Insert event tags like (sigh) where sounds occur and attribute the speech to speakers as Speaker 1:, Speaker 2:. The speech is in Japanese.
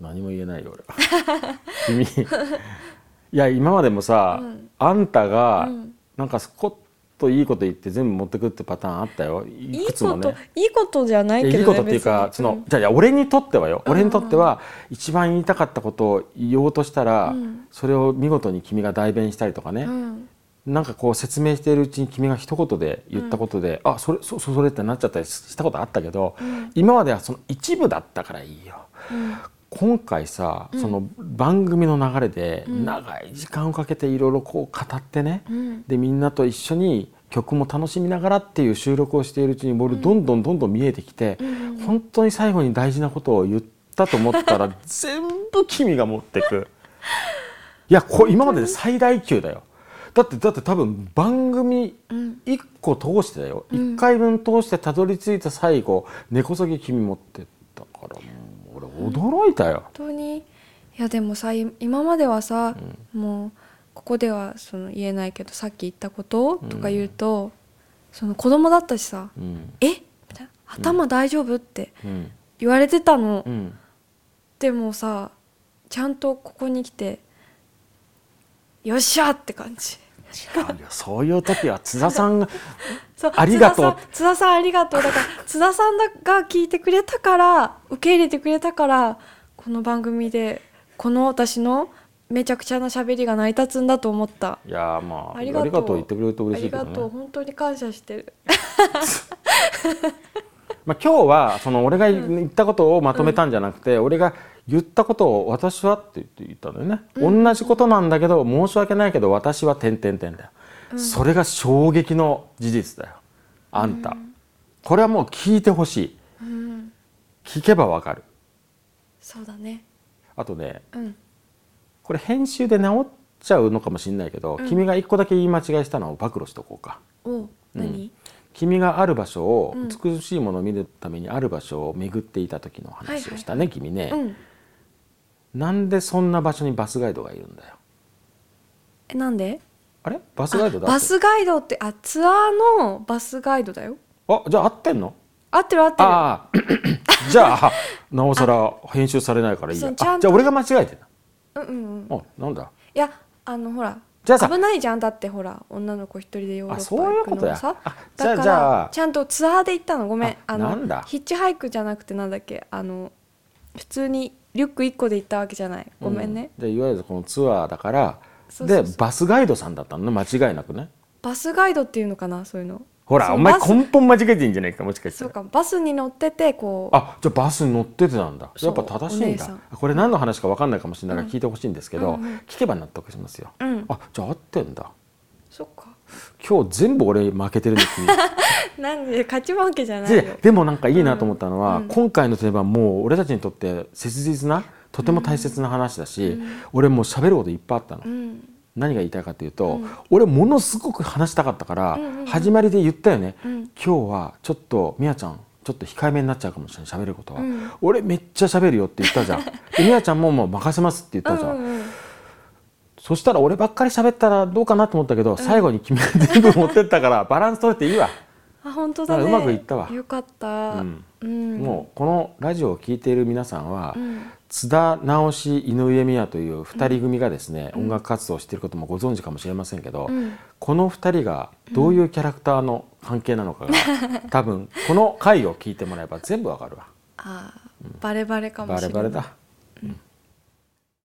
Speaker 1: 何も言えないよ俺は君いや今までもさ、
Speaker 2: うん
Speaker 1: あんたが、
Speaker 2: うん
Speaker 1: なんかすこっといいこと言って全部持ってくってパターンあったよ
Speaker 2: い
Speaker 1: い
Speaker 2: い
Speaker 1: くつ
Speaker 2: こ
Speaker 1: も
Speaker 2: と
Speaker 1: ね
Speaker 2: いいことじゃない
Speaker 1: いや
Speaker 2: けどね
Speaker 1: いいことっていうか
Speaker 2: 別
Speaker 1: そ
Speaker 2: に
Speaker 1: のじゃあいや俺にとってはよ
Speaker 2: うん
Speaker 1: 俺にとっては一番言いたかったことを言おうとしたら、
Speaker 2: うん
Speaker 1: それを見事に君が代弁したりとかね、
Speaker 2: うん
Speaker 1: なんかこう説明しているうちに君が一言で言ったことで、あそれそそそれってなっちゃったりしたことあったけど、
Speaker 2: うん
Speaker 1: 今まではその一部だったからいいよ。
Speaker 2: うん
Speaker 1: 今回さ、
Speaker 2: うん
Speaker 1: その番組の流れで
Speaker 2: うん
Speaker 1: 長い時間をかけていろいろこう語ってね、
Speaker 2: うん
Speaker 1: でみんなと一緒に曲も楽しみながらっていう収録をしているうちに俺どんどんどんどん見えてきて、
Speaker 2: うん
Speaker 1: 本当に最後に大事なことを言ったと思った
Speaker 2: (laughs)
Speaker 1: ら全部君が持ってくいやこれ今までで最大級だよだってだって多分番組
Speaker 2: うん
Speaker 1: 1個通してだよ、
Speaker 2: うん
Speaker 1: 1回分通してたどり着いた最後根こそぎ君持ってったからもう俺驚いたよ、
Speaker 2: 本当にいやでもさい今まではさ、もうここではその言えないけどさっき言ったこととか言うと、その子供だったしさ「
Speaker 1: うん
Speaker 2: えみたいな「頭大丈夫?」って
Speaker 1: うん
Speaker 2: 言われてたの、
Speaker 1: うん
Speaker 2: でもさちゃんとここに来て「よっしゃ!」って感じ
Speaker 1: 違うよそういう時は津田さ
Speaker 2: (laughs)
Speaker 1: んが
Speaker 2: そう
Speaker 1: ありがとう
Speaker 2: 津田さん津田さんありがとうだから
Speaker 1: (laughs)
Speaker 2: 津田さんが聞いてくれたから受け入れてくれたからこの番組でこの私のめちゃくちゃな喋りが成り立つんだと思った
Speaker 1: いやまあ
Speaker 2: あ
Speaker 1: あ
Speaker 2: り
Speaker 1: り
Speaker 2: が
Speaker 1: が
Speaker 2: とう
Speaker 1: とう言ってくれると嬉しいけ
Speaker 2: あ
Speaker 1: ど
Speaker 2: りがとう
Speaker 1: ね、
Speaker 2: 本当に感謝してる
Speaker 1: まあ、今日はその俺が言ったことをまとめたんじゃなくて、俺が言ったことを「私は」って言って言ったんだよね、同じことなんだけど申し訳ないけど「私は」点々点だよ、それが衝撃の事実だよあんた、これはもう聞いてほしい
Speaker 2: うん
Speaker 1: 聞けばわかる
Speaker 2: そうだね
Speaker 1: あとね
Speaker 2: うん
Speaker 1: これ編集で直っちゃうのかもしれないけど、君が一個だけ言い間違いしたのを暴露しとこうか
Speaker 2: おう何、
Speaker 1: 君がある場所を
Speaker 2: うん
Speaker 1: 美しいものを見るためにある場所を巡っていた時の話をしたね、君ね、
Speaker 2: うん
Speaker 1: なんでそんな場所にバスガイドがいるんだよ
Speaker 2: えなんで
Speaker 1: あれバスガイドだ
Speaker 2: バ
Speaker 1: って
Speaker 2: スガイドってあツアーのバスガイドだよ
Speaker 1: あじゃあ合ってんの
Speaker 2: 合ってる合ってる
Speaker 1: ああじゃあ (coughs) なおさら編集されないからいい
Speaker 2: そ
Speaker 1: や
Speaker 2: う
Speaker 1: あ
Speaker 2: ちゃんと
Speaker 1: じゃあ俺が間違えてる
Speaker 2: うんうんうん
Speaker 1: あなんだ
Speaker 2: いやあのほら
Speaker 1: じゃあさ
Speaker 2: 危ないじゃんだってほら女の子一人でヨーロッ
Speaker 1: あ
Speaker 2: パ
Speaker 1: そういう
Speaker 2: 行く
Speaker 1: ことや
Speaker 2: のさ
Speaker 1: あじゃあ
Speaker 2: だか
Speaker 1: じゃあ
Speaker 2: らちゃんとツアーで行ったのごめん
Speaker 1: あ
Speaker 2: あの
Speaker 1: なんだ
Speaker 2: ヒッチハイクじゃなくてなんだっけあの普通にリュック一個で行ったわけじゃないごめんね、
Speaker 1: うじゃあいわゆるこのツアーだから
Speaker 2: そうそうそう
Speaker 1: でバスガイドさんだったのね間違いなくね
Speaker 2: バスガイドっていうのかなそういうの
Speaker 1: ほら
Speaker 2: そう
Speaker 1: お前
Speaker 2: バス
Speaker 1: 根本間違えてんじゃないかもしかして
Speaker 2: そうかバスに乗っててこう
Speaker 1: あじゃあバスに乗っててなんだ
Speaker 2: そ
Speaker 1: や
Speaker 2: う
Speaker 1: っぱ正し
Speaker 2: お
Speaker 1: いん
Speaker 2: 姉
Speaker 1: だ
Speaker 2: さん
Speaker 1: これ何の話か分かんないかもしれないから
Speaker 2: うん
Speaker 1: 聞いてほしいんですけど、
Speaker 2: うんうん
Speaker 1: 聞けば納得しますよ、
Speaker 2: うん
Speaker 1: あじゃあ合ってんだ
Speaker 2: そっか
Speaker 1: 今日全部俺負けてるん
Speaker 2: (laughs)
Speaker 1: ですね
Speaker 2: なんで勝ち負けじゃないよ
Speaker 1: ででもなんかいいなと思ったのは、
Speaker 2: うんうん
Speaker 1: 今回のテーマはもう俺たちにとって切実なとても大切な話だし、俺もう喋ることいっぱいあったの、
Speaker 2: うん
Speaker 1: 何が言いたいかというと、
Speaker 2: ん
Speaker 1: 俺ものすごく話したかったから、
Speaker 2: うんうんうん
Speaker 1: 始まりで言ったよね、
Speaker 2: うん
Speaker 1: 今日はちょっとみやちゃんちょっと控えめになっちゃうかもしれない喋ることは、
Speaker 2: うん
Speaker 1: 俺めっちゃ喋るよって言ったじ
Speaker 2: (laughs)
Speaker 1: ゃんでみやちゃんももう任せますって言
Speaker 2: う
Speaker 1: っ
Speaker 2: ん
Speaker 1: た
Speaker 2: う
Speaker 1: じゃん、
Speaker 2: んうん
Speaker 1: そしたら俺ばっかり喋ったらどうかなと思ったけど、最後に君が全部持ってったからバランス取れていいわ、
Speaker 2: あ本当だね
Speaker 1: だからうまくいったわ
Speaker 2: よかった
Speaker 1: うん
Speaker 2: うん
Speaker 1: もうこのラジオを聴いている皆さんは、
Speaker 2: うん
Speaker 1: 津田直し井上美也という2人組がですね、音楽活動をしていることもご存知かもしれませんけど、
Speaker 2: うん
Speaker 1: この2人がどういうキャラクターの関係なのか
Speaker 2: (laughs)
Speaker 1: が、多分この回を聞いてもらえば全部わかるわ
Speaker 2: あーバレバレかも
Speaker 1: バ
Speaker 2: し
Speaker 1: レ
Speaker 2: れない
Speaker 1: バレだ